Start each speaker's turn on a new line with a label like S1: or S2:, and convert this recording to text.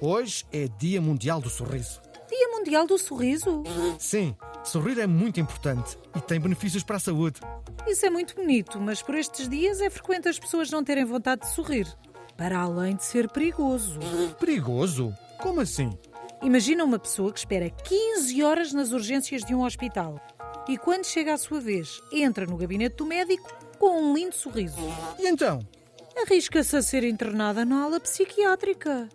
S1: Hoje é Dia Mundial do Sorriso.
S2: Dia Mundial do Sorriso?
S1: Sim, sorrir é muito importante e tem benefícios para a saúde.
S2: Isso é muito bonito, mas por estes dias é frequente as pessoas não terem vontade de sorrir. Para além de ser perigoso.
S1: Perigoso? Como assim?
S2: Imagina uma pessoa que espera 15 horas nas urgências de um hospital e quando chega à sua vez, entra no gabinete do médico com um lindo sorriso.
S1: E então?
S2: Arrisca-se a ser internada na ala psiquiátrica.